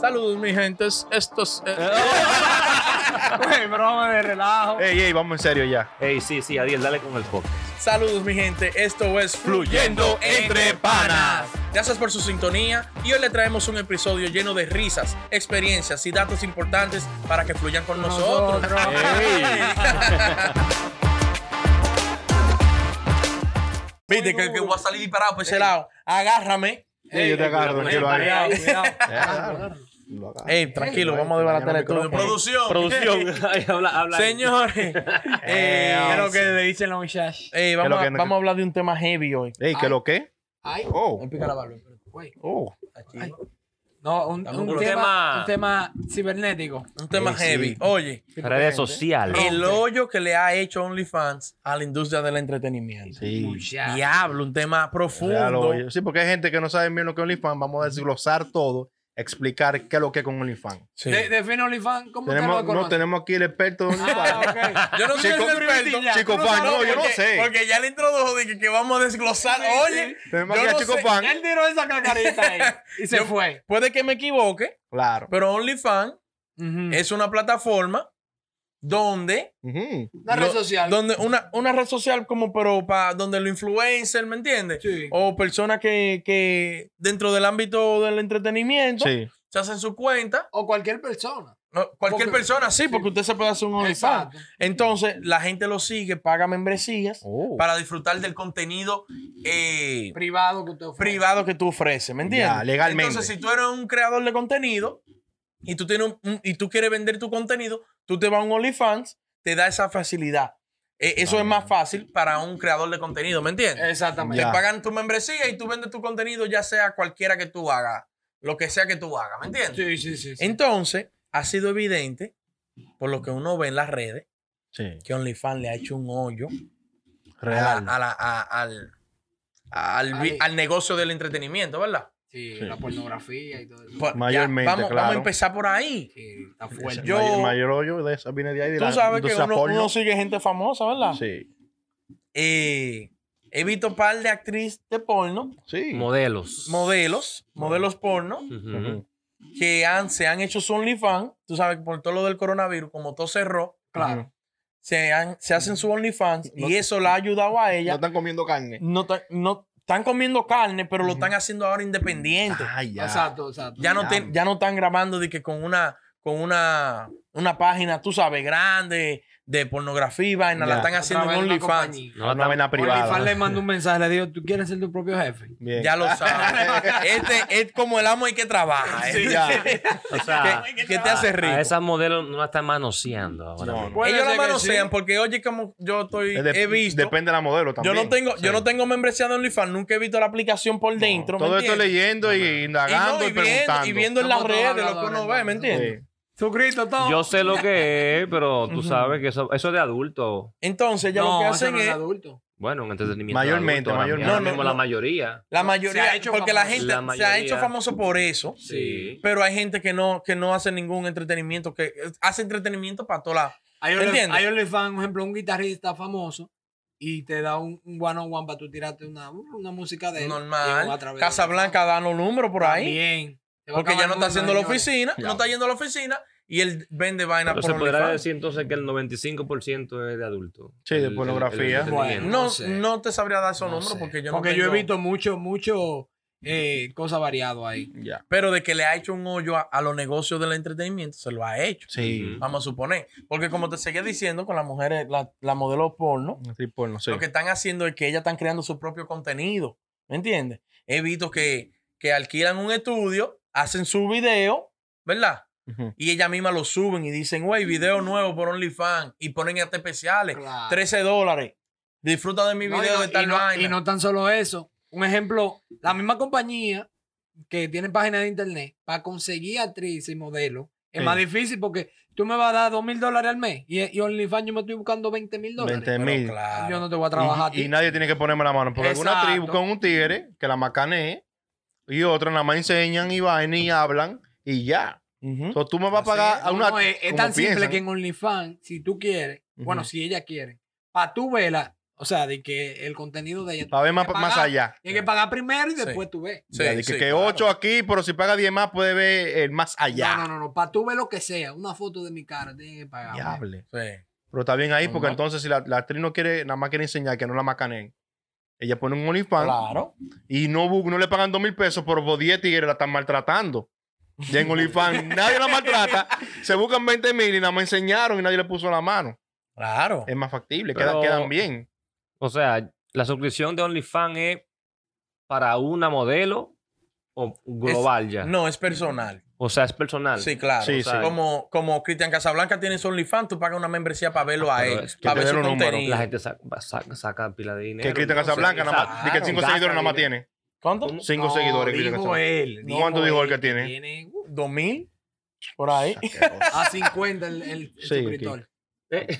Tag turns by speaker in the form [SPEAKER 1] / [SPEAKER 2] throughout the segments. [SPEAKER 1] Saludos, mi gentes. Estos. eh,
[SPEAKER 2] Güey, broma de relajo.
[SPEAKER 3] Ey, ey, vamos en serio ya.
[SPEAKER 4] Ey, sí, sí, Adiel, dale con el podcast.
[SPEAKER 1] Saludos, mi gente. Esto es
[SPEAKER 3] Fluyendo Entre Panas.
[SPEAKER 1] Gracias por su sintonía y hoy le traemos un episodio lleno de risas, experiencias y datos importantes para que fluyan con nosotros.
[SPEAKER 2] Nosotros.
[SPEAKER 1] Viste que, que voy a salir disparado por ese lado. Agárrame.
[SPEAKER 3] Ey, yo te agarro, tranquilo ahí.
[SPEAKER 2] Cuidado, cuidado.
[SPEAKER 3] ah, Lo agarro.
[SPEAKER 1] Ey, tranquilo,
[SPEAKER 3] Ey,
[SPEAKER 1] vamos a desbaratar el
[SPEAKER 3] daña el
[SPEAKER 1] estudio. Producción.
[SPEAKER 4] Producción. Ay, habla, habla.
[SPEAKER 1] Señores. eh,
[SPEAKER 2] ¿Qué es lo que le dicen los muchachos?
[SPEAKER 1] eh,
[SPEAKER 3] ¿Qué es lo
[SPEAKER 1] vamos, a,
[SPEAKER 3] que-
[SPEAKER 1] vamos a hablar de un tema heavy hoy.
[SPEAKER 3] Ey, ¿qué lo qué?
[SPEAKER 2] Ay,
[SPEAKER 3] Oh,
[SPEAKER 2] me pica la barba. pero, güey.
[SPEAKER 3] oh.
[SPEAKER 2] Ay. No, un,
[SPEAKER 1] Estamos
[SPEAKER 2] un
[SPEAKER 1] con un
[SPEAKER 2] tema,
[SPEAKER 4] tema-
[SPEAKER 2] un tema cibernético.
[SPEAKER 1] Un tema
[SPEAKER 4] Sí, sí.
[SPEAKER 1] heavy. Oye,
[SPEAKER 4] Redes sociales.
[SPEAKER 1] el hoyo que le ha hecho OnlyFans a la industria del entretenimiento.
[SPEAKER 3] Sí.
[SPEAKER 2] Muchacho.
[SPEAKER 1] Diablo, un tema
[SPEAKER 3] Ya lo
[SPEAKER 1] profundo.
[SPEAKER 3] oye. Sí, porque hay gente que no sabe bien lo que es OnlyFans. Vamos a desglosar todo, explicar qué es lo que es con OnlyFans.
[SPEAKER 1] Sí.
[SPEAKER 2] De- Define OnlyFans, ¿cómo
[SPEAKER 3] Tenemos,
[SPEAKER 2] te lo
[SPEAKER 3] no,
[SPEAKER 2] conoces?
[SPEAKER 3] tenemos aquí el experto de OnlyFans.
[SPEAKER 2] Ah, ok.
[SPEAKER 1] Yo no soy
[SPEAKER 3] Chico-
[SPEAKER 1] el experto.
[SPEAKER 2] Ya,
[SPEAKER 3] Chico
[SPEAKER 2] tú no
[SPEAKER 3] Fan,
[SPEAKER 2] sabes
[SPEAKER 3] no, yo no
[SPEAKER 1] porque-
[SPEAKER 3] sé.
[SPEAKER 1] Porque ya le introdujo de que, que vamos a desglosar. Oye,
[SPEAKER 3] Tenemos
[SPEAKER 1] yo
[SPEAKER 3] aquí a
[SPEAKER 1] no
[SPEAKER 3] Chico
[SPEAKER 1] sé.
[SPEAKER 3] Fan.
[SPEAKER 2] Él tiró esa cacarita ahí y se
[SPEAKER 1] Yo-
[SPEAKER 2] fue.
[SPEAKER 1] puede que me equivoque,
[SPEAKER 3] Claro.
[SPEAKER 1] pero OnlyFans
[SPEAKER 2] Ujú.
[SPEAKER 1] es una plataforma donde
[SPEAKER 3] Ujú.
[SPEAKER 2] Una red
[SPEAKER 1] lo-
[SPEAKER 2] social.
[SPEAKER 1] donde una, una red social como pero para donde los influencers, ¿me entiendes?
[SPEAKER 2] Sí.
[SPEAKER 1] O personas que, que dentro del ámbito del entretenimiento
[SPEAKER 3] Sí.
[SPEAKER 1] se hacen su cuenta.
[SPEAKER 2] O cualquier persona.
[SPEAKER 1] No, Cualquier
[SPEAKER 2] Porque-
[SPEAKER 1] persona, sí, porque usted se puede hacer un OnlyFans.
[SPEAKER 2] Exacto.
[SPEAKER 1] Entonces, la gente lo sigue, paga membresías
[SPEAKER 3] Oh.
[SPEAKER 1] para disfrutar del contenido eh,
[SPEAKER 2] Privado que usted ofrece.
[SPEAKER 1] privado que tú ofreces, ¿me entiendes?
[SPEAKER 3] Ya, legalmente.
[SPEAKER 1] Entonces, si tú eres un creador de contenido y tú, tienes un- un- y tú quieres vender tu contenido, tú te vas a un OnlyFans, te da esa facilidad. Eh, eso es más fácil para un creador de contenido, ¿me entiendes?
[SPEAKER 2] Exactamente.
[SPEAKER 1] Te
[SPEAKER 3] Ya.
[SPEAKER 1] pagan tu membresía y tú vendes tu contenido, ya sea cualquiera que tú hagas, lo que sea que tú hagas, ¿me entiendes?
[SPEAKER 2] Sí, sí, sí. sí.
[SPEAKER 1] Entonces, ha sido evidente, por lo que uno ve en las redes,
[SPEAKER 3] Sí.
[SPEAKER 1] que OnlyFans le ha hecho un hoyo a la-
[SPEAKER 3] Real.
[SPEAKER 1] a la- a- al, al vi-
[SPEAKER 2] Ay.
[SPEAKER 1] al negocio del entretenimiento, ¿verdad?
[SPEAKER 2] Sí,
[SPEAKER 3] Sí.
[SPEAKER 2] la pornografía y todo eso.
[SPEAKER 1] Pues, ya,
[SPEAKER 3] Mayormente,
[SPEAKER 1] vamos,
[SPEAKER 3] claro.
[SPEAKER 1] vamos a empezar por ahí.
[SPEAKER 2] Sí, está
[SPEAKER 3] Ese
[SPEAKER 2] fuerte.
[SPEAKER 1] pues Yo-
[SPEAKER 3] mayor- El mayor hoyo de esa viene de ahí. De
[SPEAKER 1] Tú
[SPEAKER 3] la
[SPEAKER 1] sabes que
[SPEAKER 3] industria
[SPEAKER 1] uno,
[SPEAKER 3] porno.
[SPEAKER 1] uno sigue gente famosa, ¿verdad?
[SPEAKER 3] Sí.
[SPEAKER 1] Eh, he visto un par de actrices de porno,
[SPEAKER 3] Sí.
[SPEAKER 4] Modelos.
[SPEAKER 1] modelos, modelos porno,
[SPEAKER 4] Ujú.
[SPEAKER 3] Ujú.
[SPEAKER 1] que han, se han hecho su OnlyFans. Tú sabes que por todo lo del coronavirus, como todo cerró,
[SPEAKER 2] claro.
[SPEAKER 1] se, han- se hacen su OnlyFans
[SPEAKER 3] No-
[SPEAKER 1] y eso la ha ayudado a
[SPEAKER 3] No
[SPEAKER 1] ella.
[SPEAKER 3] están comiendo carne.
[SPEAKER 1] No, ta- no- están comiendo carne, pero lo están haciendo ahora independiente.
[SPEAKER 3] Ay, Ah, ya.
[SPEAKER 2] Exacto, exacto.
[SPEAKER 1] ya no, te- ya no están grabando de que con una con una una página, tú sabes, grande de pornografía y vaina, la
[SPEAKER 3] Ya.
[SPEAKER 1] están haciendo en OnlyFans.
[SPEAKER 4] No,
[SPEAKER 3] Una
[SPEAKER 4] no,
[SPEAKER 3] vena
[SPEAKER 2] OnlyFans
[SPEAKER 3] privada.
[SPEAKER 2] le mandó un mensaje, le dijo, ¿tú quieres ser tu propio jefe?
[SPEAKER 3] Bien.
[SPEAKER 1] Ya lo sabes. este es como el amo el que trabaja. ¿eh?
[SPEAKER 3] Ya.
[SPEAKER 4] o sea,
[SPEAKER 1] que, que te hace rico.
[SPEAKER 4] a esas modelos no la están manoseando ahora. mismo.
[SPEAKER 3] No, no.
[SPEAKER 1] Ellos la
[SPEAKER 2] Puede ser que
[SPEAKER 1] manosean
[SPEAKER 2] sí.
[SPEAKER 1] porque oye como yo estoy
[SPEAKER 3] Es de-
[SPEAKER 1] he visto.
[SPEAKER 3] Eh, Depende de la modelo
[SPEAKER 1] yo
[SPEAKER 3] también.
[SPEAKER 1] no tengo
[SPEAKER 3] Sí.
[SPEAKER 1] yo no tengo membresía de OnlyFans, nunca he visto la aplicación por dentro, ¿me
[SPEAKER 3] Todo esto
[SPEAKER 1] entiendes?
[SPEAKER 3] leyendo y
[SPEAKER 1] Y no,
[SPEAKER 3] indagando y,
[SPEAKER 1] y, viendo,
[SPEAKER 3] preguntando.
[SPEAKER 1] y viendo en las
[SPEAKER 2] Estamos todos
[SPEAKER 1] redes lo que uno
[SPEAKER 2] habladores,
[SPEAKER 1] ve, ¿me entiendes?
[SPEAKER 3] Sí.
[SPEAKER 2] Suscrito todo.
[SPEAKER 4] Yo sé lo que es, pero tú sabes que eso, eso es de adulto.
[SPEAKER 1] Entonces, ya
[SPEAKER 2] no,
[SPEAKER 1] lo que
[SPEAKER 2] eso
[SPEAKER 1] hacen
[SPEAKER 2] no es
[SPEAKER 1] es
[SPEAKER 2] adulto.
[SPEAKER 4] Bueno, en entretenimiento. de adulto,
[SPEAKER 3] Mayormente,
[SPEAKER 4] ahora mismo.
[SPEAKER 3] mayormente.
[SPEAKER 1] No,
[SPEAKER 4] Ahora
[SPEAKER 1] no,
[SPEAKER 4] mismo
[SPEAKER 1] no.
[SPEAKER 4] la mayoría.
[SPEAKER 1] la
[SPEAKER 2] No,
[SPEAKER 1] mayoría
[SPEAKER 2] se ha hecho
[SPEAKER 1] porque la
[SPEAKER 2] famoso.
[SPEAKER 1] gente
[SPEAKER 4] La
[SPEAKER 1] se ha
[SPEAKER 4] mayoría.
[SPEAKER 1] hecho famoso por eso.
[SPEAKER 4] Sí.
[SPEAKER 1] Pero hay gente que no, que no hace ningún entretenimiento, que eh, hace entretenimiento para todos lados.
[SPEAKER 2] Hay
[SPEAKER 1] ¿Me
[SPEAKER 2] Only-
[SPEAKER 1] entiendes?
[SPEAKER 2] hay OnlyFans, por ejemplo, un guitarrista famoso y te da un un one-on-one para tú tirarte una, uh, una música de él. Y a
[SPEAKER 1] Normal.
[SPEAKER 2] través de
[SPEAKER 1] Casablanca da los números por ahí.
[SPEAKER 2] También. Se va a
[SPEAKER 1] Porque
[SPEAKER 2] acabar
[SPEAKER 1] ya no
[SPEAKER 2] el
[SPEAKER 1] está
[SPEAKER 2] mundo,
[SPEAKER 1] haciendo la
[SPEAKER 2] señores.
[SPEAKER 1] oficina,
[SPEAKER 3] Ya.
[SPEAKER 1] no está yendo a la oficina y él vende vaina
[SPEAKER 4] Pero
[SPEAKER 1] por
[SPEAKER 4] se podrá
[SPEAKER 1] OnlyFans.
[SPEAKER 4] decir entonces que el 95% es de adulto.
[SPEAKER 3] Sí, de
[SPEAKER 4] El- el- el
[SPEAKER 3] pornografía.
[SPEAKER 4] entretenimiento.
[SPEAKER 1] No,
[SPEAKER 2] No sé.
[SPEAKER 1] no te sabría dar esos
[SPEAKER 4] No
[SPEAKER 1] números
[SPEAKER 4] sé.
[SPEAKER 1] porque yo no
[SPEAKER 2] Porque yo he
[SPEAKER 1] tengo-
[SPEAKER 2] visto mucho, mucho eh, cosa variado ahí.
[SPEAKER 3] Ya.
[SPEAKER 1] Pero de que le ha hecho un hoyo a, a los negocios del entretenimiento, se lo ha hecho.
[SPEAKER 3] Sí.
[SPEAKER 4] Ujú.
[SPEAKER 1] Vamos a suponer. Porque como te seguía diciendo con las mujeres, la, la modelo porno,
[SPEAKER 3] Sí, porno, sí.
[SPEAKER 1] Lo que están haciendo es que ellas están creando su propio contenido. ¿Me entiendes? He visto que, que alquilan un estudio, hacen su video, ¿verdad?
[SPEAKER 3] Ujú.
[SPEAKER 1] Y ellas mismas lo suben y dicen, güey, video nuevo por OnlyFans. Y ponen hasta especiales.
[SPEAKER 2] Claro.
[SPEAKER 1] 13 dólares. Disfruta de mi
[SPEAKER 2] No, y
[SPEAKER 1] video
[SPEAKER 2] no-
[SPEAKER 1] de tal
[SPEAKER 2] y no-
[SPEAKER 1] vaina.
[SPEAKER 2] y no tan solo eso. Un ejemplo, la misma compañía que tiene página de internet para conseguir actriz y modelo es
[SPEAKER 3] Sí.
[SPEAKER 2] más difícil porque tú me vas a dar dos mil dólares al mes y, y OnlyFans yo me estoy buscando 20 mil dólares.
[SPEAKER 3] 20
[SPEAKER 1] Pero
[SPEAKER 3] mil.
[SPEAKER 1] claro.
[SPEAKER 2] Yo no te voy a trabajar. a
[SPEAKER 3] Y,
[SPEAKER 2] ti.
[SPEAKER 3] y nadie tiene que ponerme la mano. Porque alguna
[SPEAKER 2] Exacto.
[SPEAKER 3] tribu con un tigre que la macanee y otra nada más enseñan y vaina y hablan y ya.
[SPEAKER 1] Ujú.
[SPEAKER 3] Entonces tú me vas a pagar a
[SPEAKER 2] No,
[SPEAKER 3] una.
[SPEAKER 2] no, es, es
[SPEAKER 3] como
[SPEAKER 2] tan simple
[SPEAKER 3] piensan.
[SPEAKER 2] que en OnlyFans, si tú quieres, bueno,
[SPEAKER 3] Ujú.
[SPEAKER 2] si ella quiere, para tú verla, O sea, de que el contenido de ella.
[SPEAKER 3] Para ver más,
[SPEAKER 2] que
[SPEAKER 3] más
[SPEAKER 2] pagar.
[SPEAKER 3] allá.
[SPEAKER 2] Tienes que pagar primero y
[SPEAKER 1] Sí.
[SPEAKER 2] después tú ves.
[SPEAKER 1] Sí,
[SPEAKER 3] Ya, de que,
[SPEAKER 1] sí,
[SPEAKER 3] que
[SPEAKER 1] claro.
[SPEAKER 3] 8 aquí, pero si paga 10 más, puede ver el más allá.
[SPEAKER 2] No, no, no, no. Para tú ver lo que sea, una foto de mi cara, tienes que pagar.
[SPEAKER 3] Diable.
[SPEAKER 1] Sí.
[SPEAKER 3] Pero está bien ahí,
[SPEAKER 1] No,
[SPEAKER 3] porque
[SPEAKER 1] no.
[SPEAKER 3] entonces si la, la actriz no quiere, nada más quiere enseñar que no la macaneen. Ella pone un OnlyFans
[SPEAKER 1] Claro.
[SPEAKER 3] y no, bu- no le pagan dos mil pesos, pero vos 10 tigres la están maltratando. Ya en OnlyFans nadie la maltrata. Se buscan 20 mil y nada más enseñaron y nadie le puso la mano.
[SPEAKER 1] Claro.
[SPEAKER 3] Es más factible,
[SPEAKER 4] Pero-
[SPEAKER 3] quedan, quedan bien.
[SPEAKER 4] O sea, la suscripción de OnlyFans es para una modelo o global ya.
[SPEAKER 1] No, es personal.
[SPEAKER 4] O sea, es personal.
[SPEAKER 1] Sí, claro.
[SPEAKER 3] Sí,
[SPEAKER 1] O sea,
[SPEAKER 4] sí.
[SPEAKER 1] Como, como Cristian Casablanca tiene su OnlyFans, tú pagas una membresía para verlo a
[SPEAKER 4] Ah, Pero
[SPEAKER 1] él,
[SPEAKER 4] es que
[SPEAKER 1] para ver
[SPEAKER 3] te den
[SPEAKER 1] su
[SPEAKER 3] los números.
[SPEAKER 1] contenido.
[SPEAKER 4] La gente saca, saca, saca pila de dinero.
[SPEAKER 3] Que Cristian
[SPEAKER 4] entonces,
[SPEAKER 3] Casablanca nada más.
[SPEAKER 4] exacto.
[SPEAKER 3] Dice que 5
[SPEAKER 2] Claro,
[SPEAKER 3] seguidores nada más
[SPEAKER 2] gasta
[SPEAKER 3] tiene.
[SPEAKER 1] ¿Cuánto?
[SPEAKER 4] ¿Cómo?
[SPEAKER 3] Cinco seguidores, Cristian
[SPEAKER 2] Dijo
[SPEAKER 3] Casablanca.
[SPEAKER 2] él.
[SPEAKER 3] ¿Cuánto dijo él que
[SPEAKER 2] que
[SPEAKER 3] tiene?
[SPEAKER 2] uh,
[SPEAKER 1] ¿Dos mil? Por ahí.
[SPEAKER 2] a 50 el, el- el
[SPEAKER 3] Sí,
[SPEAKER 2] suscriptor.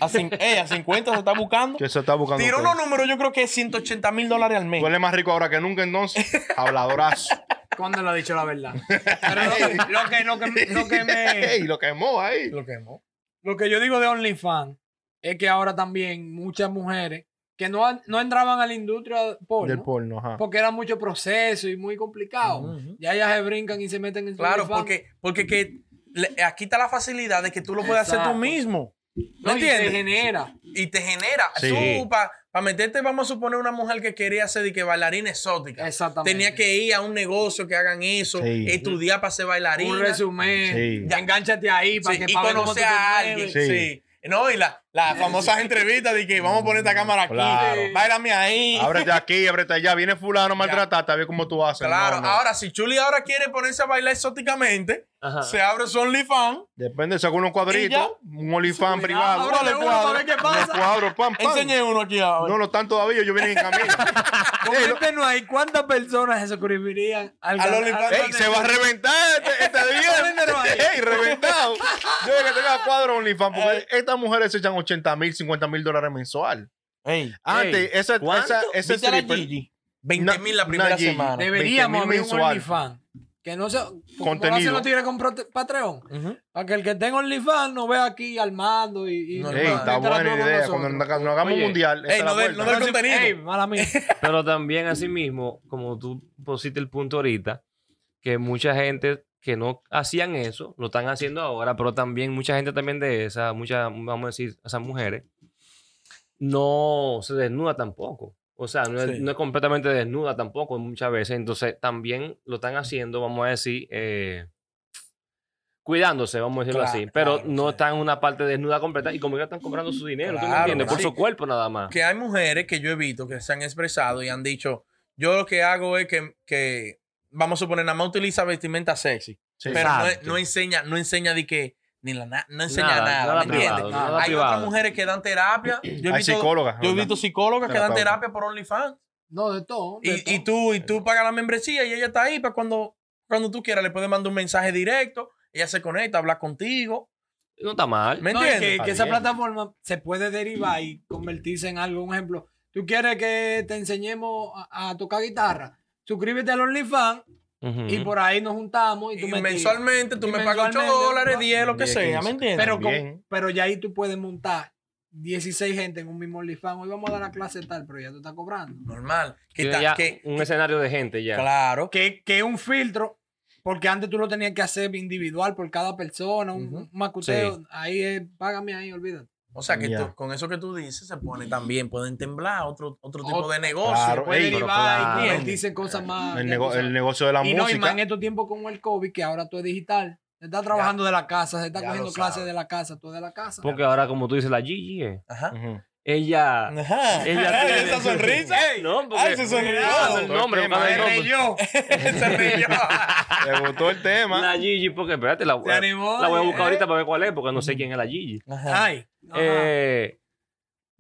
[SPEAKER 1] A, cin- eh, a 50 se está buscando.
[SPEAKER 3] Que se está buscando.
[SPEAKER 1] Tiró
[SPEAKER 3] un-
[SPEAKER 1] unos números, yo creo que es 180 mil dólares al mes.
[SPEAKER 3] Tú eres más rico ahora que nunca, entonces. Habladorazo.
[SPEAKER 2] ¿Cuándo lo ha dicho la verdad? Pero lo, lo que, lo, que, lo, que me,
[SPEAKER 3] y lo quemó ahí.
[SPEAKER 1] Lo quemó.
[SPEAKER 2] lo que yo digo de OnlyFans es que ahora también muchas mujeres que no, han- no entraban a la industria porno,
[SPEAKER 3] Del porno, ajá.
[SPEAKER 2] porque era mucho proceso y muy complicado.
[SPEAKER 1] Ujú.
[SPEAKER 2] Ya ellas se brincan y se meten en su
[SPEAKER 1] Claro,
[SPEAKER 2] OnlyFans.
[SPEAKER 1] porque, porque que le- aquí está la facilidad de que tú lo puedes hacer
[SPEAKER 2] Exacto.
[SPEAKER 1] tú mismo. ¿No
[SPEAKER 2] No, y se
[SPEAKER 1] entiendes?
[SPEAKER 2] genera.
[SPEAKER 1] Y te genera.
[SPEAKER 4] Sí.
[SPEAKER 1] para meterte, vamos a suponer una mujer que quería ser de que bailarina exótica.
[SPEAKER 2] Exactamente.
[SPEAKER 1] Tenía que ir a un negocio que hagan eso,
[SPEAKER 3] Sí.
[SPEAKER 1] estudiar para ser bailarina.
[SPEAKER 2] un resumen.
[SPEAKER 3] Sí.
[SPEAKER 2] Ya engánchate ahí para
[SPEAKER 1] Sí,
[SPEAKER 2] que
[SPEAKER 1] y
[SPEAKER 2] pa' ver cómo
[SPEAKER 1] conocer
[SPEAKER 2] tú te
[SPEAKER 1] a alguien.
[SPEAKER 2] mueves.
[SPEAKER 1] Sí.
[SPEAKER 3] Sí.
[SPEAKER 1] No, y la- las famosas entrevistas de que vamos a poner esta cámara aquí,
[SPEAKER 3] Claro.
[SPEAKER 1] bailame ahí.
[SPEAKER 3] Ábrete aquí, ábrete allá. Viene fulano maltratata, a ver cómo tú haces.
[SPEAKER 1] claro,
[SPEAKER 3] No, no.
[SPEAKER 1] ahora si Chuli ahora quiere ponerse a bailar exóticamente,
[SPEAKER 4] Ajá.
[SPEAKER 1] se abre su OnlyFans,
[SPEAKER 3] Depende, saca unos
[SPEAKER 1] ¿Y ya?
[SPEAKER 3] cuadritos, un olifán privado.
[SPEAKER 2] Ahora le
[SPEAKER 3] Unos
[SPEAKER 2] uno para ver qué pasa.
[SPEAKER 3] cuadros, pam, pam.
[SPEAKER 1] enseñé uno aquí ahora.
[SPEAKER 3] Ah. No lo están todavía, ellos vienen en camino.
[SPEAKER 2] Coméntenos ahí este cuántas personas se suscribirían
[SPEAKER 1] Al
[SPEAKER 2] al canal- Ah,
[SPEAKER 1] OnlyFans.
[SPEAKER 2] al
[SPEAKER 3] ¡Ey,
[SPEAKER 2] canal.
[SPEAKER 3] se va a reventar este, este
[SPEAKER 2] Véndelo ahí.
[SPEAKER 3] día! ¡Ey, reventado! Yo que tenga cuadro OnlyFans, porque estas mujeres se echan 80 mil, 50 mil dólares mensual.
[SPEAKER 1] Ey,
[SPEAKER 3] Antes, esa,
[SPEAKER 4] ¿cuánto?
[SPEAKER 3] esa, ese
[SPEAKER 1] ¿viste a la
[SPEAKER 3] stripper-
[SPEAKER 1] Gigi? 20 mil la
[SPEAKER 3] Una-
[SPEAKER 1] primera
[SPEAKER 3] una Gigi.
[SPEAKER 1] semana.
[SPEAKER 3] De-
[SPEAKER 2] Deberíamos
[SPEAKER 3] 20.000
[SPEAKER 2] abrir un
[SPEAKER 3] mensual.
[SPEAKER 2] OnlyFans. Que no se. Contenido.
[SPEAKER 3] Contenido.
[SPEAKER 2] Hacen los tigres con prote- Patreon.
[SPEAKER 1] Ujú.
[SPEAKER 2] Para que el que tenga OnlyFans no vea aquí armando y. y
[SPEAKER 1] No,
[SPEAKER 3] Ey, está
[SPEAKER 2] interactúa
[SPEAKER 3] buena
[SPEAKER 2] con
[SPEAKER 3] idea.
[SPEAKER 2] nosotros.
[SPEAKER 3] Cuando nos hagamos
[SPEAKER 4] Oye,
[SPEAKER 3] un mundial, esa
[SPEAKER 1] ey,
[SPEAKER 3] es
[SPEAKER 1] no
[SPEAKER 3] la
[SPEAKER 1] del- no
[SPEAKER 3] vuelta.
[SPEAKER 1] del contenido.
[SPEAKER 2] Ey, mala mía.
[SPEAKER 4] Pero también, asimismo, como tú pusiste el punto ahorita, que mucha gente que no hacían eso, lo están haciendo ahora, pero también mucha gente también de esas, muchas, vamos a decir, esas mujeres, no se desnuda tampoco. O sea, no es,
[SPEAKER 1] Sí.
[SPEAKER 4] no es completamente desnuda tampoco muchas veces. Entonces, también lo están haciendo, vamos a decir, eh, cuidándose, vamos a decirlo
[SPEAKER 1] Claro,
[SPEAKER 4] así. Pero
[SPEAKER 1] claro,
[SPEAKER 4] no
[SPEAKER 1] sí.
[SPEAKER 4] están en una parte desnuda completa y como que están cobrando su dinero, ¿tú me
[SPEAKER 1] Claro,
[SPEAKER 4] entiendes? Por
[SPEAKER 1] claro.
[SPEAKER 4] su cuerpo nada más.
[SPEAKER 1] Que hay mujeres que yo he visto que se han expresado y han dicho, yo lo que hago es que, que vamos a suponer, nada más utiliza vestimenta sexy.
[SPEAKER 3] Sí.
[SPEAKER 1] pero no,
[SPEAKER 4] Exacto.
[SPEAKER 1] no enseña, no enseña de que ni la na- no enseña
[SPEAKER 4] Nada,
[SPEAKER 1] nada,
[SPEAKER 4] nada
[SPEAKER 1] ¿me entiendes?
[SPEAKER 4] privado,
[SPEAKER 1] Hay
[SPEAKER 4] nada
[SPEAKER 1] otras
[SPEAKER 4] privado.
[SPEAKER 1] mujeres que dan terapia. Yo he
[SPEAKER 3] Hay
[SPEAKER 1] visto,
[SPEAKER 3] psicólogas.
[SPEAKER 1] yo he
[SPEAKER 3] ¿verdad?
[SPEAKER 1] visto psicólogas que dan
[SPEAKER 3] Terapeuta.
[SPEAKER 1] terapia por OnlyFans.
[SPEAKER 2] No, de todo. de
[SPEAKER 1] Y, y
[SPEAKER 2] todo.
[SPEAKER 1] tú y tú pagas la membresía y ella está ahí para cuando cuando tú quieras le puedes mandar un mensaje directo, ella se conecta, habla contigo,
[SPEAKER 4] No está mal.
[SPEAKER 1] ¿me
[SPEAKER 2] No, y
[SPEAKER 1] entiendes?
[SPEAKER 2] que, que
[SPEAKER 3] Está
[SPEAKER 2] esa
[SPEAKER 3] bien.
[SPEAKER 2] plataforma se puede derivar y convertirse en algo. Un ejemplo, tú quieres que te enseñemos a, a tocar guitarra. Suscríbete al OnlyFans
[SPEAKER 4] Ujú.
[SPEAKER 2] y por ahí nos juntamos y tú
[SPEAKER 1] Y
[SPEAKER 2] me tiras.
[SPEAKER 1] mensualmente tú
[SPEAKER 2] Y
[SPEAKER 1] me pagas 8
[SPEAKER 2] mensualmente,
[SPEAKER 1] dólares,
[SPEAKER 2] ¿no?
[SPEAKER 1] 10, lo que
[SPEAKER 3] 10,
[SPEAKER 1] sea,
[SPEAKER 3] 15.
[SPEAKER 1] ¿me entiendes?
[SPEAKER 2] Pero, con,
[SPEAKER 3] También.
[SPEAKER 2] pero ya ahí tú puedes montar 16 gente en un mismo OnlyFans. Hoy vamos a dar la clase tal, pero ya tú estás cobrando.
[SPEAKER 1] normal. Que,
[SPEAKER 4] Tiene
[SPEAKER 1] ta-
[SPEAKER 4] ya
[SPEAKER 1] que-
[SPEAKER 4] un escenario de gente ya.
[SPEAKER 1] claro,
[SPEAKER 2] Que que es un filtro, porque antes tú lo tenías que hacer individual por cada persona, un,
[SPEAKER 1] Ujú.
[SPEAKER 2] un macuteo. Ahí es, págame ahí, olvídate.
[SPEAKER 1] o sea que
[SPEAKER 3] Ya.
[SPEAKER 1] tú- con eso que tú dices se pone también pueden temblar otro otro tipo
[SPEAKER 2] Otro-
[SPEAKER 1] de negocio.
[SPEAKER 3] Claro.
[SPEAKER 2] Puede
[SPEAKER 3] Ey, pero
[SPEAKER 2] derivar
[SPEAKER 4] claro.
[SPEAKER 2] y convertirse en cosas más.
[SPEAKER 3] El,
[SPEAKER 2] ya tú
[SPEAKER 3] nego-
[SPEAKER 2] sabes.
[SPEAKER 3] el negocio de la
[SPEAKER 2] y no, y más en
[SPEAKER 3] música.
[SPEAKER 2] estos tiempos como el COVID, que ahora todo es digital. Se está trabajando de la casa, se está
[SPEAKER 1] ya
[SPEAKER 2] cogiendo
[SPEAKER 1] lo
[SPEAKER 2] clases
[SPEAKER 1] sabe.
[SPEAKER 2] de la casa, todo de la casa.
[SPEAKER 4] Porque ahora, como tú dices, la Gigi, eh,
[SPEAKER 1] Ajá.
[SPEAKER 3] Ujú.
[SPEAKER 4] ella.
[SPEAKER 1] Ajá.
[SPEAKER 4] ella tiene-
[SPEAKER 1] Esa sonrisa.
[SPEAKER 4] No, porque-
[SPEAKER 1] Ay, se sonrió.
[SPEAKER 4] Ah, El nombre,
[SPEAKER 3] Todo el
[SPEAKER 4] buscando el
[SPEAKER 3] tema,
[SPEAKER 4] nombre.
[SPEAKER 2] yo.
[SPEAKER 1] se rió.
[SPEAKER 3] Le gustó el tema.
[SPEAKER 4] La Gigi, porque espérate, la,
[SPEAKER 2] Se animó,
[SPEAKER 4] la voy a
[SPEAKER 2] eh.
[SPEAKER 4] buscar ahorita para ver cuál es, porque no sé quién es la Gigi.
[SPEAKER 1] Ajá.
[SPEAKER 2] Ay. ajá.
[SPEAKER 4] Eh,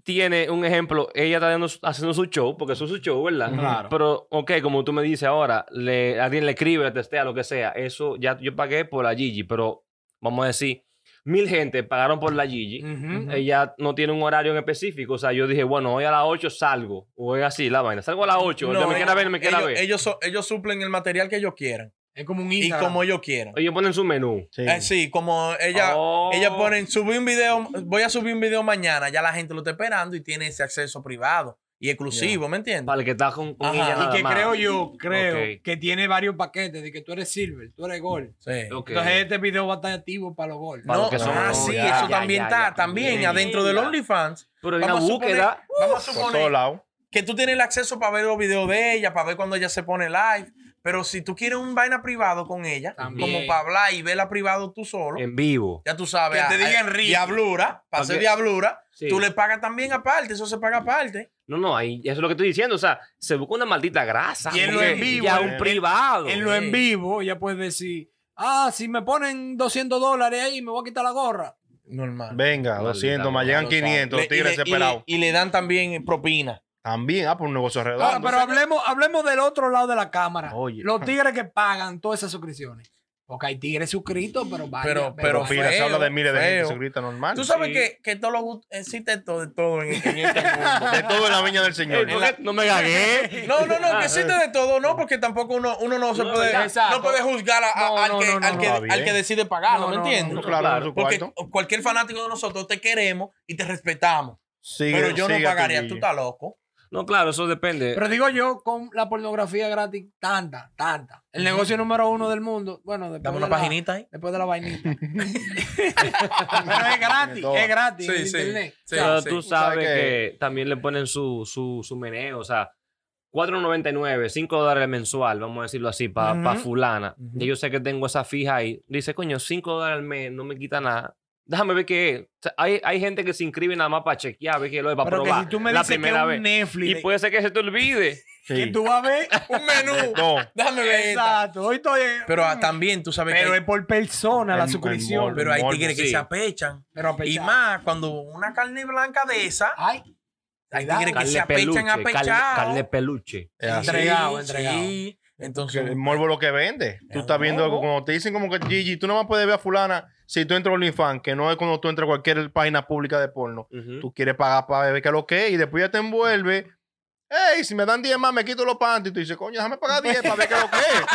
[SPEAKER 4] tiene un ejemplo, ella está dando su- haciendo su show, porque eso es su show, ¿verdad?
[SPEAKER 3] Claro.
[SPEAKER 4] Pero, ok, como tú me dices ahora, le, alguien le escribe, le testea, lo que sea, eso ya yo pagué por la Gigi, pero vamos a decir, mil gente pagaron por la Gigi.
[SPEAKER 2] Ujú.
[SPEAKER 4] Ella no tiene un horario en específico. O sea, yo dije, bueno, hoy a las 8 salgo. O es así, la vaina. Salgo a las 8.
[SPEAKER 1] No,
[SPEAKER 4] me quiera ver, me quiera
[SPEAKER 1] ellos,
[SPEAKER 4] ver. Ellos,
[SPEAKER 1] ellos so- ellos suplen el material que ellos quieran
[SPEAKER 2] Es como un
[SPEAKER 1] y
[SPEAKER 2] Instagram.
[SPEAKER 1] como ellos quieran.
[SPEAKER 4] ponen su menú.
[SPEAKER 3] Sí.
[SPEAKER 1] Eh, sí, como ella,
[SPEAKER 4] Oh.
[SPEAKER 1] ella ponen, subí un video, voy a subir un video mañana, ya la gente lo está esperando y tiene ese acceso privado. y exclusivo, ¿me entiendes?
[SPEAKER 4] Para el que está con, con
[SPEAKER 1] Ajá.
[SPEAKER 4] ella
[SPEAKER 1] Y
[SPEAKER 4] Ah, nada
[SPEAKER 2] Y que
[SPEAKER 4] más.
[SPEAKER 2] creo yo, creo
[SPEAKER 4] Ok.
[SPEAKER 2] que tiene varios paquetes de que tú eres silver, tú eres gold.
[SPEAKER 1] Sí.
[SPEAKER 4] Ok.
[SPEAKER 2] Entonces este video va a estar activo para los gold.
[SPEAKER 4] Va- para
[SPEAKER 1] No,
[SPEAKER 4] los que son-
[SPEAKER 1] ah, sí,
[SPEAKER 3] ya,
[SPEAKER 1] eso
[SPEAKER 4] ya,
[SPEAKER 1] también
[SPEAKER 4] ya,
[SPEAKER 1] está,
[SPEAKER 4] ya.
[SPEAKER 1] también
[SPEAKER 4] Sí,
[SPEAKER 1] adentro del
[SPEAKER 4] ya.
[SPEAKER 1] OnlyFans.
[SPEAKER 4] Pero hay una
[SPEAKER 1] Vamos a suponer-
[SPEAKER 4] búsqueda.
[SPEAKER 1] Vamos a
[SPEAKER 3] Por todos
[SPEAKER 1] suponer
[SPEAKER 3] lados.
[SPEAKER 1] que tú tienes el acceso para ver los videos de ella, para ver cuando ella se pone live. Pero si tú quieres un vaina privado con ella,
[SPEAKER 2] También.
[SPEAKER 1] como para hablar y verla privado tú solo,
[SPEAKER 4] En vivo.
[SPEAKER 1] ya tú sabes.
[SPEAKER 2] Que te
[SPEAKER 1] a-
[SPEAKER 2] diga
[SPEAKER 1] a-
[SPEAKER 2] Enrique.
[SPEAKER 1] Diablura, para
[SPEAKER 4] Em- Ok.
[SPEAKER 1] hacer diablura,
[SPEAKER 4] Sí.
[SPEAKER 1] tú le pagas también aparte, eso se paga aparte.
[SPEAKER 4] No, no, ahí, eso es lo que estoy diciendo. O sea, se busca una maldita grasa.
[SPEAKER 2] Y en lo
[SPEAKER 4] porque
[SPEAKER 2] en vivo,
[SPEAKER 4] Ya
[SPEAKER 2] en-
[SPEAKER 4] un privado. Eh,
[SPEAKER 2] En lo
[SPEAKER 1] Sí.
[SPEAKER 2] en vivo ya puedes decir, ah, si me ponen 200 dólares ahí, me voy a quitar la gorra.
[SPEAKER 1] Normal.
[SPEAKER 3] Venga,
[SPEAKER 4] Maldita
[SPEAKER 3] 200, más
[SPEAKER 4] madre,
[SPEAKER 3] llegan
[SPEAKER 4] lo sabe.
[SPEAKER 3] 500,
[SPEAKER 1] Le-
[SPEAKER 3] los tigres
[SPEAKER 1] y, le, y
[SPEAKER 3] desesperados.
[SPEAKER 1] le- y le dan también propina.
[SPEAKER 3] También, ah, por un negocio
[SPEAKER 2] Ahora,
[SPEAKER 3] redondo.
[SPEAKER 2] pero hablemos, hablemos del otro lado de la cámara.
[SPEAKER 3] Oye.
[SPEAKER 2] Los tigres que pagan todas esas suscripciones. Porque hay tigres suscritos, pero vaya,
[SPEAKER 1] Pero- pero
[SPEAKER 3] pero pira, se
[SPEAKER 1] feo,
[SPEAKER 3] habla de miles de gente,
[SPEAKER 1] feo.
[SPEAKER 3] se grita normal.
[SPEAKER 1] Tú sabes
[SPEAKER 4] Sí.
[SPEAKER 1] que, que todo lo gust- existe todo, de todo en, en este mundo.
[SPEAKER 3] De todo en la viña del
[SPEAKER 4] Ey,
[SPEAKER 3] Señor.
[SPEAKER 4] ¿por qué No me gagué.
[SPEAKER 1] No, no, no, que existe de todo, no, porque tampoco uno, uno no se
[SPEAKER 4] No,
[SPEAKER 1] puede,
[SPEAKER 2] exacto.
[SPEAKER 1] no puede juzgar a- a-
[SPEAKER 2] No,
[SPEAKER 1] al,
[SPEAKER 2] no,
[SPEAKER 1] que,
[SPEAKER 2] no, no,
[SPEAKER 1] al, que,
[SPEAKER 3] no, está
[SPEAKER 1] al que
[SPEAKER 3] bien.
[SPEAKER 1] decide pagarlo,
[SPEAKER 2] No,
[SPEAKER 1] ¿me
[SPEAKER 2] no,
[SPEAKER 1] entiendes?
[SPEAKER 2] no,
[SPEAKER 3] claro, en su
[SPEAKER 1] Porque
[SPEAKER 3] cuarto.
[SPEAKER 1] cualquier fanático de nosotros te queremos y te respetamos.
[SPEAKER 3] Sigue-
[SPEAKER 1] Pero yo no
[SPEAKER 3] sigue a tu
[SPEAKER 1] pagaría,
[SPEAKER 3] Gigi.
[SPEAKER 1] tú estás loco.
[SPEAKER 4] No, claro, eso depende.
[SPEAKER 2] Pero digo yo, con la pornografía gratis, tanta, tanta. El negocio número uno del mundo. Bueno, después,
[SPEAKER 1] Dame
[SPEAKER 2] de
[SPEAKER 1] una
[SPEAKER 2] la-
[SPEAKER 1] paginita ahí.
[SPEAKER 2] después de la vainita. pero es gratis,
[SPEAKER 3] Todo.
[SPEAKER 2] es gratis. en internet.
[SPEAKER 4] Pero
[SPEAKER 1] sí.
[SPEAKER 4] tú
[SPEAKER 3] Tú
[SPEAKER 4] sabes
[SPEAKER 3] sabes
[SPEAKER 4] que... también le ponen su, su, su meneo, o sea, 4.99, 5 dólares mensual, vamos a decirlo así, para
[SPEAKER 1] Ujú.
[SPEAKER 4] fulana.
[SPEAKER 1] Ujú.
[SPEAKER 4] Y yo sé que tengo esa fija ahí. Dice, coño, 5 dólares al mes, no me quita nada. Déjame ver qué es. O sea, hay, hay gente que se inscribe nada más para chequear, ver qué lo es, para
[SPEAKER 2] Pero que
[SPEAKER 4] probar
[SPEAKER 2] si tú me
[SPEAKER 4] la
[SPEAKER 2] dices que
[SPEAKER 4] primera
[SPEAKER 2] un
[SPEAKER 4] vez.
[SPEAKER 2] Netflix,
[SPEAKER 4] Y
[SPEAKER 2] de-
[SPEAKER 4] puede ser que se te olvide.
[SPEAKER 2] que
[SPEAKER 3] Sí.
[SPEAKER 2] tú vas a ver.
[SPEAKER 1] Un menú.
[SPEAKER 3] No,
[SPEAKER 1] Déjame ver. esta.
[SPEAKER 2] Exacto. Hoy estoy.
[SPEAKER 1] Pero ah, también tú sabes
[SPEAKER 2] Pero
[SPEAKER 1] que
[SPEAKER 2] es
[SPEAKER 1] hay,
[SPEAKER 2] por persona
[SPEAKER 3] En-
[SPEAKER 2] la
[SPEAKER 3] en
[SPEAKER 2] suscripción.
[SPEAKER 3] bol-
[SPEAKER 1] pero hay
[SPEAKER 3] morbo,
[SPEAKER 1] tigres que
[SPEAKER 4] sí.
[SPEAKER 1] se apechan.
[SPEAKER 2] Pero a
[SPEAKER 1] Y
[SPEAKER 2] pesar-
[SPEAKER 1] más cuando una carne blanca de esa,
[SPEAKER 2] Ay,
[SPEAKER 1] hay
[SPEAKER 2] cuidado.
[SPEAKER 1] tigres que se
[SPEAKER 4] Carne
[SPEAKER 1] apechan
[SPEAKER 4] peluche, carne,
[SPEAKER 1] apechado.
[SPEAKER 4] carne peluche.
[SPEAKER 3] es así.
[SPEAKER 2] Entregado, entregado.
[SPEAKER 1] sí.
[SPEAKER 3] Que
[SPEAKER 1] Entonces,
[SPEAKER 3] el morbo es lo que vende. Tú
[SPEAKER 1] Es
[SPEAKER 3] estás
[SPEAKER 1] un
[SPEAKER 3] viendo,
[SPEAKER 1] morbo.
[SPEAKER 3] como te dicen, como que Gigi, tú no más puedes ver a fulana si tú entras a OnlyFans, que no es cuando tú entras a cualquier página pública de porno.
[SPEAKER 4] Ujú.
[SPEAKER 3] Tú quieres pagar para ver qué es lo que es y después ya te envuelve. Ey, si me dan 10 más, me quito los panties. Y tú dices, coño, déjame pagar 10 para ver qué es lo que es.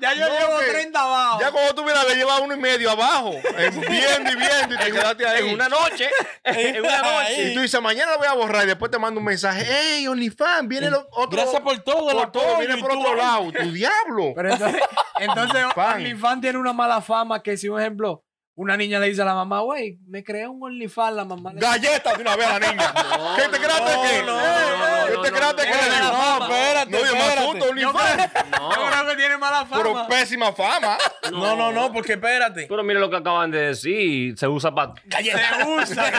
[SPEAKER 2] Ya yo
[SPEAKER 3] No,
[SPEAKER 2] llevo
[SPEAKER 3] que-
[SPEAKER 2] 30 abajo.
[SPEAKER 3] Ya cuando tú miras, le llevas uno y medio abajo. eh, Viendo y viendo y te quedaste ahí.
[SPEAKER 4] En una noche. en una noche.
[SPEAKER 3] Y tú dices, mañana lo voy a borrar y después te mando un mensaje. Hey, OnlyFans, viene lo- otro.
[SPEAKER 1] gracias por todo. el
[SPEAKER 3] por todo,
[SPEAKER 1] apoyo
[SPEAKER 3] viene
[SPEAKER 1] y
[SPEAKER 3] por
[SPEAKER 1] tú-
[SPEAKER 3] otro lado. Tu diablo.
[SPEAKER 2] Pero entonces, entonces
[SPEAKER 3] Fan.
[SPEAKER 2] OnlyFans tiene una mala fama que si, por ejemplo, una niña le dice a la mamá, güey, me creé un OnlyFans, la mamá le
[SPEAKER 3] Galletas de una vez a la niña. ¿Qué te creaste
[SPEAKER 1] no,
[SPEAKER 3] que?
[SPEAKER 1] no,
[SPEAKER 3] Eh,
[SPEAKER 1] no,
[SPEAKER 3] ¿Qué
[SPEAKER 4] no,
[SPEAKER 3] te
[SPEAKER 4] no,
[SPEAKER 3] creaste
[SPEAKER 4] no,
[SPEAKER 3] que?
[SPEAKER 4] no, no,
[SPEAKER 3] No,
[SPEAKER 4] no,
[SPEAKER 1] espérate,
[SPEAKER 3] No, yo me
[SPEAKER 1] espérate.
[SPEAKER 3] asusto, OnlyFans.
[SPEAKER 4] No,
[SPEAKER 2] Yo creo que tiene mala
[SPEAKER 3] Pero
[SPEAKER 2] fama.
[SPEAKER 3] pésima fama.
[SPEAKER 1] No, no, no, porque espérate.
[SPEAKER 4] Pero mira lo que acaban de decir. Se usa para.
[SPEAKER 2] Se usa,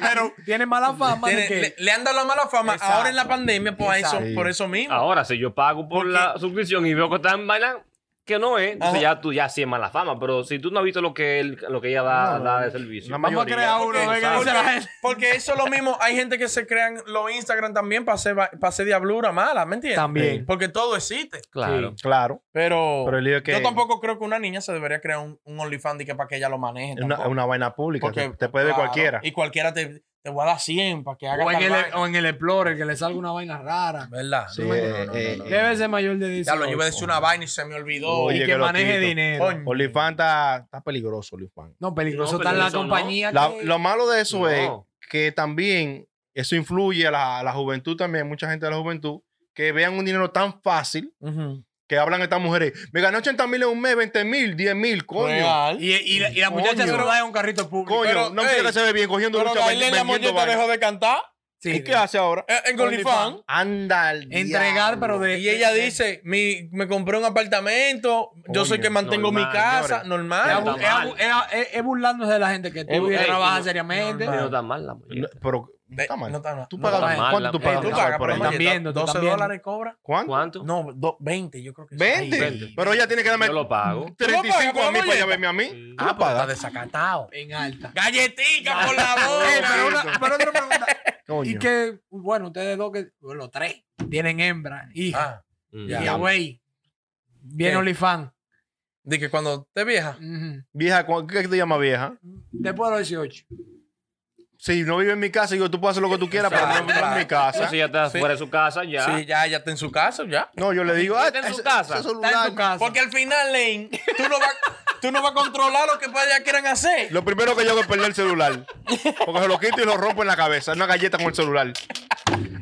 [SPEAKER 2] pero tiene mala fama. de
[SPEAKER 1] Tiene-
[SPEAKER 2] que-
[SPEAKER 1] le, le han dado la mala fama
[SPEAKER 2] Exacto.
[SPEAKER 1] ahora en la pandemia por, eso,
[SPEAKER 2] Exacto.
[SPEAKER 1] por eso mismo.
[SPEAKER 4] Ahora, si yo pago por la suscripción y veo que están bailando, que no es, entonces
[SPEAKER 1] Ajá.
[SPEAKER 4] ya tú ya sí es mala fama. Pero si tú no has visto lo que, él- lo que ella da, da de servicio.
[SPEAKER 3] La
[SPEAKER 2] Vamos a
[SPEAKER 3] mayoría.
[SPEAKER 2] crear uno,
[SPEAKER 1] Porque-
[SPEAKER 2] venga, dice la
[SPEAKER 1] porque,
[SPEAKER 2] gente.
[SPEAKER 1] porque eso es lo mismo. Hay gente que se crean los Instagram también para hacer, va- para hacer diablura mala, ¿me entiendes?
[SPEAKER 2] También.
[SPEAKER 1] Porque todo existe.
[SPEAKER 4] Claro.
[SPEAKER 3] Claro.
[SPEAKER 1] Pero,
[SPEAKER 3] Pero el lío es que-
[SPEAKER 1] yo tampoco creo que una niña se debería crear un, un OnlyFans de que para que ella lo maneje.
[SPEAKER 3] Es una,
[SPEAKER 1] tampoco.
[SPEAKER 3] es una vaina pública.
[SPEAKER 1] Porque,
[SPEAKER 3] te puede ver
[SPEAKER 1] claro,
[SPEAKER 3] cualquiera.
[SPEAKER 1] Y cualquiera te, te va a dar 100 para que haga
[SPEAKER 2] O en,
[SPEAKER 1] tal
[SPEAKER 2] el,
[SPEAKER 1] vaina.
[SPEAKER 2] o en el Explorer, que le salga una vaina rara.
[SPEAKER 1] ¿Verdad?
[SPEAKER 3] Sí,
[SPEAKER 2] no,
[SPEAKER 3] eh,
[SPEAKER 2] no, no,
[SPEAKER 3] eh, eh,
[SPEAKER 2] Debe ser mayor de 18.
[SPEAKER 1] Ya lo, yo iba a decir una vaina y se me olvidó.
[SPEAKER 3] Oye,
[SPEAKER 2] y
[SPEAKER 3] que
[SPEAKER 2] que
[SPEAKER 3] lo
[SPEAKER 2] maneje
[SPEAKER 3] quito.
[SPEAKER 2] dinero.
[SPEAKER 1] Coño.
[SPEAKER 3] OnlyFans está, está peligroso, OnlyFans.
[SPEAKER 2] No, peligroso
[SPEAKER 4] No,
[SPEAKER 2] está en la
[SPEAKER 4] peligroso no.
[SPEAKER 2] compañía.
[SPEAKER 3] La-
[SPEAKER 2] que-
[SPEAKER 3] lo malo de eso
[SPEAKER 4] No.
[SPEAKER 3] es que también eso influye a la, a la juventud también, mucha gente de la juventud, que vean un dinero tan fácil
[SPEAKER 1] Ujú.
[SPEAKER 3] que hablan estas mujeres. Me gané 80 mil en un mes, 20 mil, 10 mil, coño.
[SPEAKER 1] Real.
[SPEAKER 2] Y, y la, y la muchacha
[SPEAKER 3] Coño.
[SPEAKER 2] se lo da en un carrito público.
[SPEAKER 3] Coño,
[SPEAKER 1] Pero,
[SPEAKER 3] una mujer
[SPEAKER 1] ey,
[SPEAKER 3] que se ve bien cogiendo
[SPEAKER 1] Pero
[SPEAKER 3] lucha,
[SPEAKER 1] Gailén la
[SPEAKER 3] vendiendo
[SPEAKER 1] molleta
[SPEAKER 3] vaina.
[SPEAKER 1] dejó de cantar
[SPEAKER 2] Sí,
[SPEAKER 3] ¿Y
[SPEAKER 2] de-
[SPEAKER 3] qué hace ahora?
[SPEAKER 1] eh, en
[SPEAKER 2] OnlyFans.
[SPEAKER 1] OnlyFans.
[SPEAKER 3] Anda al
[SPEAKER 2] entregar,
[SPEAKER 3] diablo.
[SPEAKER 2] pero de.
[SPEAKER 1] Y ella
[SPEAKER 2] de-
[SPEAKER 1] dice, mi, me compré un apartamento, yo soy
[SPEAKER 3] Coño,
[SPEAKER 1] que mantengo mi
[SPEAKER 4] normal,
[SPEAKER 1] casa,
[SPEAKER 4] señores.
[SPEAKER 2] Es,
[SPEAKER 1] normal.
[SPEAKER 2] abu- es abu- es a- es- es burlándose de la gente que tú
[SPEAKER 4] bu- ey,
[SPEAKER 2] trabajas
[SPEAKER 4] no,
[SPEAKER 2] seriamente.
[SPEAKER 4] Y no está mal la mujer.
[SPEAKER 3] No, Pero
[SPEAKER 1] Ve,
[SPEAKER 3] está mal.
[SPEAKER 1] no está mal.
[SPEAKER 3] ¿Tú
[SPEAKER 4] No
[SPEAKER 3] pagas,
[SPEAKER 4] está mal,
[SPEAKER 3] ¿Cuánto
[SPEAKER 4] la-
[SPEAKER 3] tú
[SPEAKER 4] Ey,
[SPEAKER 3] pagas
[SPEAKER 1] Ey, tú
[SPEAKER 3] por-
[SPEAKER 1] pagas
[SPEAKER 3] por
[SPEAKER 1] por
[SPEAKER 3] ahí?
[SPEAKER 1] la
[SPEAKER 2] Están
[SPEAKER 1] maleta,
[SPEAKER 2] viendo, tú
[SPEAKER 1] 12
[SPEAKER 2] están viendo.
[SPEAKER 1] dólares cobra.
[SPEAKER 3] ¿Cuánto?
[SPEAKER 4] ¿Cuánto?
[SPEAKER 1] No, do- 20, yo creo que sí.
[SPEAKER 3] 20.
[SPEAKER 1] Ay,
[SPEAKER 4] veinte.
[SPEAKER 3] Pero ella tiene que darme
[SPEAKER 4] Yo lo pago. pues,
[SPEAKER 3] 35 a
[SPEAKER 1] Tú lo
[SPEAKER 3] mí para ella
[SPEAKER 1] pagas,
[SPEAKER 3] verme a mí.
[SPEAKER 4] Sí.
[SPEAKER 1] Ah, pero está desacatado.
[SPEAKER 2] En alta.
[SPEAKER 1] Galletica por la
[SPEAKER 2] Ey, pero,
[SPEAKER 1] boca.
[SPEAKER 2] una- pero otra pregunta.
[SPEAKER 3] Coño.
[SPEAKER 2] y que, bueno, ustedes dos, que, bueno, los tres, tienen hembra, hija.
[SPEAKER 1] Ah,
[SPEAKER 4] Mm.
[SPEAKER 1] Ya.
[SPEAKER 2] y güey. Viene
[SPEAKER 1] ¿Qué?
[SPEAKER 2] Olifán.
[SPEAKER 1] de que cuando te vieja.
[SPEAKER 2] Ujú.
[SPEAKER 3] Vieja, ¿cu- ¿qué te llama vieja?
[SPEAKER 2] Después de los 18.
[SPEAKER 3] Si no vive en mi casa, digo, tú puedes hacer lo que tú quieras, pero no
[SPEAKER 1] Exacto.
[SPEAKER 3] vive en mi casa.
[SPEAKER 4] Entonces ya está
[SPEAKER 1] Sí.
[SPEAKER 4] fuera de su casa, ya.
[SPEAKER 1] Sí, ya, ya está en su casa, ya.
[SPEAKER 3] No, yo le digo, ah,
[SPEAKER 4] Está en su
[SPEAKER 3] ese-
[SPEAKER 4] casa.
[SPEAKER 3] ese celular.
[SPEAKER 2] Está en tu casa.
[SPEAKER 1] Porque al final, Lane, tú no vas, tú no vas a controlar lo que pues ya quieran hacer.
[SPEAKER 3] Lo primero que yo hago es perder el celular. Porque se lo quito y lo rompo en la cabeza. Una galleta con el celular.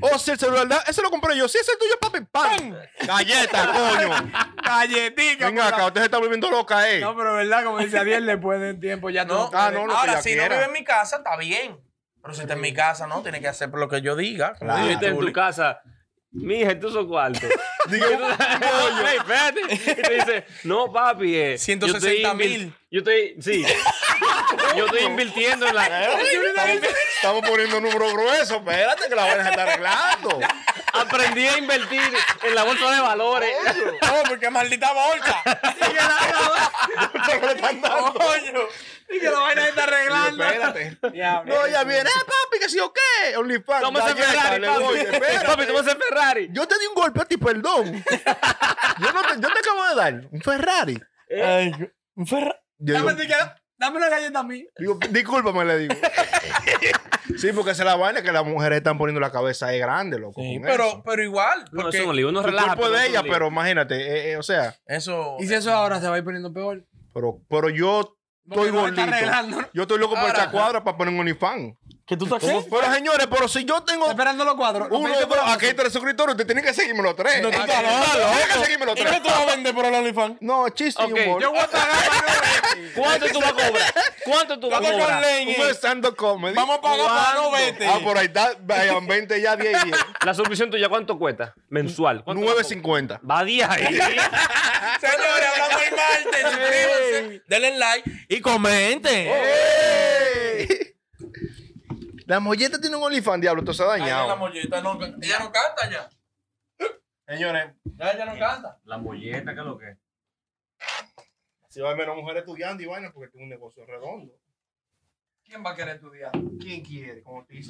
[SPEAKER 3] Oh, sí, el celular. da- Ese lo compré yo. Sí, ese es el tuyo, papi. ¡Pam! Galleta, coño.
[SPEAKER 2] Galletica.
[SPEAKER 3] Venga acá, usted se está volviendo loca, eh.
[SPEAKER 2] No, pero verdad, como dice Adiel, después de un tiempo ya tú
[SPEAKER 1] No,
[SPEAKER 3] Ah, no, lo que
[SPEAKER 1] ahora,
[SPEAKER 3] ella
[SPEAKER 1] si no
[SPEAKER 3] quiera.
[SPEAKER 1] vive en mi casa, está bien. Pero si está en mi casa, no, tiene que hacer lo que yo diga. como
[SPEAKER 3] Claro.
[SPEAKER 1] dice
[SPEAKER 4] Viste en tu
[SPEAKER 1] Tuli.
[SPEAKER 4] casa. Mija, estos son cuartos.
[SPEAKER 3] Digo,
[SPEAKER 4] Ey, espérate. Y te dice, no, papi. eh, yo estoy
[SPEAKER 1] 160
[SPEAKER 4] invir-
[SPEAKER 1] mil.
[SPEAKER 4] Yo estoy, sí. Yo estoy invirtiendo en la.
[SPEAKER 3] estamos, estamos poniendo números gruesos. Espérate que la vaina se está arreglando.
[SPEAKER 4] Aprendí a invertir en la bolsa de valores.
[SPEAKER 1] No, Oh, porque maldita bolsa.
[SPEAKER 3] ¿Qué le están dando?
[SPEAKER 1] Coño.
[SPEAKER 2] Y que la vaina está
[SPEAKER 3] Digo,
[SPEAKER 2] arreglando.
[SPEAKER 3] espérate.
[SPEAKER 2] Diablo.
[SPEAKER 3] No, ella viene, eh, papi, que sí o qué. OnlyFans.
[SPEAKER 4] Toma ese
[SPEAKER 3] galleta,
[SPEAKER 4] Ferrari,
[SPEAKER 3] le
[SPEAKER 4] papi.
[SPEAKER 3] voy, espérate.
[SPEAKER 4] Papi, toma ese Ferrari.
[SPEAKER 3] Yo te di un golpe a ti, perdón. Yo, no te, yo te acabo de dar un Ferrari.
[SPEAKER 1] Ay, un Ferra-
[SPEAKER 3] Yo digo,
[SPEAKER 2] Dame, te quedo- dame una galleta a mí.
[SPEAKER 3] digo, discúlpame, le digo. Sí, porque esa es la vaina que las mujeres están poniendo la cabeza es grande, loco.
[SPEAKER 1] Sí,
[SPEAKER 3] con
[SPEAKER 1] pero,
[SPEAKER 3] eso.
[SPEAKER 1] pero igual.
[SPEAKER 4] No,
[SPEAKER 1] Porque
[SPEAKER 4] eso es un libro, uno
[SPEAKER 3] el
[SPEAKER 4] relaja.
[SPEAKER 3] cuerpo
[SPEAKER 4] pero
[SPEAKER 3] de
[SPEAKER 4] eso es
[SPEAKER 3] ella,
[SPEAKER 4] un lío.
[SPEAKER 3] pero imagínate, eh, eh, o sea,
[SPEAKER 1] eso.
[SPEAKER 2] Y si eso ahora se va a ir poniendo peor.
[SPEAKER 3] pero, pero yo
[SPEAKER 2] Porque
[SPEAKER 3] estoy
[SPEAKER 2] no está
[SPEAKER 3] gordito.
[SPEAKER 2] arreglando.
[SPEAKER 3] Yo estoy loco por
[SPEAKER 1] Ahora.
[SPEAKER 3] esta cuadra para poner un OnlyFans.
[SPEAKER 1] ¿Que tú estás
[SPEAKER 3] Como- Pero señores, pero si yo tengo
[SPEAKER 2] Está esperando los cuadros. Los
[SPEAKER 3] uno,
[SPEAKER 2] pediste por
[SPEAKER 3] dos,
[SPEAKER 2] la
[SPEAKER 3] aquí hay
[SPEAKER 2] noche.
[SPEAKER 3] tres suscriptores, usted tiene que seguirme los tres.
[SPEAKER 1] ah, No, tú estás
[SPEAKER 3] Tiene que
[SPEAKER 1] loco.
[SPEAKER 3] seguirme los
[SPEAKER 1] ¿Y qué
[SPEAKER 3] tres.
[SPEAKER 1] tú vas a vender por el OnlyFans?
[SPEAKER 3] No, chiste
[SPEAKER 4] Ok,
[SPEAKER 3] y humor.
[SPEAKER 2] Yo voy a pagar para no verte.
[SPEAKER 4] ¿Cuánto tú vas a cobrar? ¿Cuánto tú vas a
[SPEAKER 1] Vamos con
[SPEAKER 4] cobrar?
[SPEAKER 1] leña.
[SPEAKER 3] Un stand-up comedy.
[SPEAKER 1] Vamos este. a pagar para no
[SPEAKER 4] ¿Cuándo?
[SPEAKER 1] verte.
[SPEAKER 3] Ah, por ahí está, vayan, 20 ya, 10 y 10.
[SPEAKER 4] La suscripción tuya, ¿cuánto cuesta? Mensual. ¿Cuánto
[SPEAKER 3] 9.50.
[SPEAKER 4] Va a 10 ahí.
[SPEAKER 1] Señores, hablamos el martes. Suscríbanse, denle like Oh, y comenten.
[SPEAKER 3] ¡Ey! La molleta tiene un olifán, diablo, esto se ha
[SPEAKER 1] Ay, no, la
[SPEAKER 3] dañado.
[SPEAKER 1] mollita no, can- ella no canta ya.
[SPEAKER 3] Señores,
[SPEAKER 1] Ya ella no canta.
[SPEAKER 4] La molleta, ¿qué es lo que es?
[SPEAKER 3] si va a haber menos mujeres estudiando y vainas porque tengo un negocio redondo.
[SPEAKER 1] ¿Quién va a querer estudiar?
[SPEAKER 3] ¿Quién quiere? Como te dice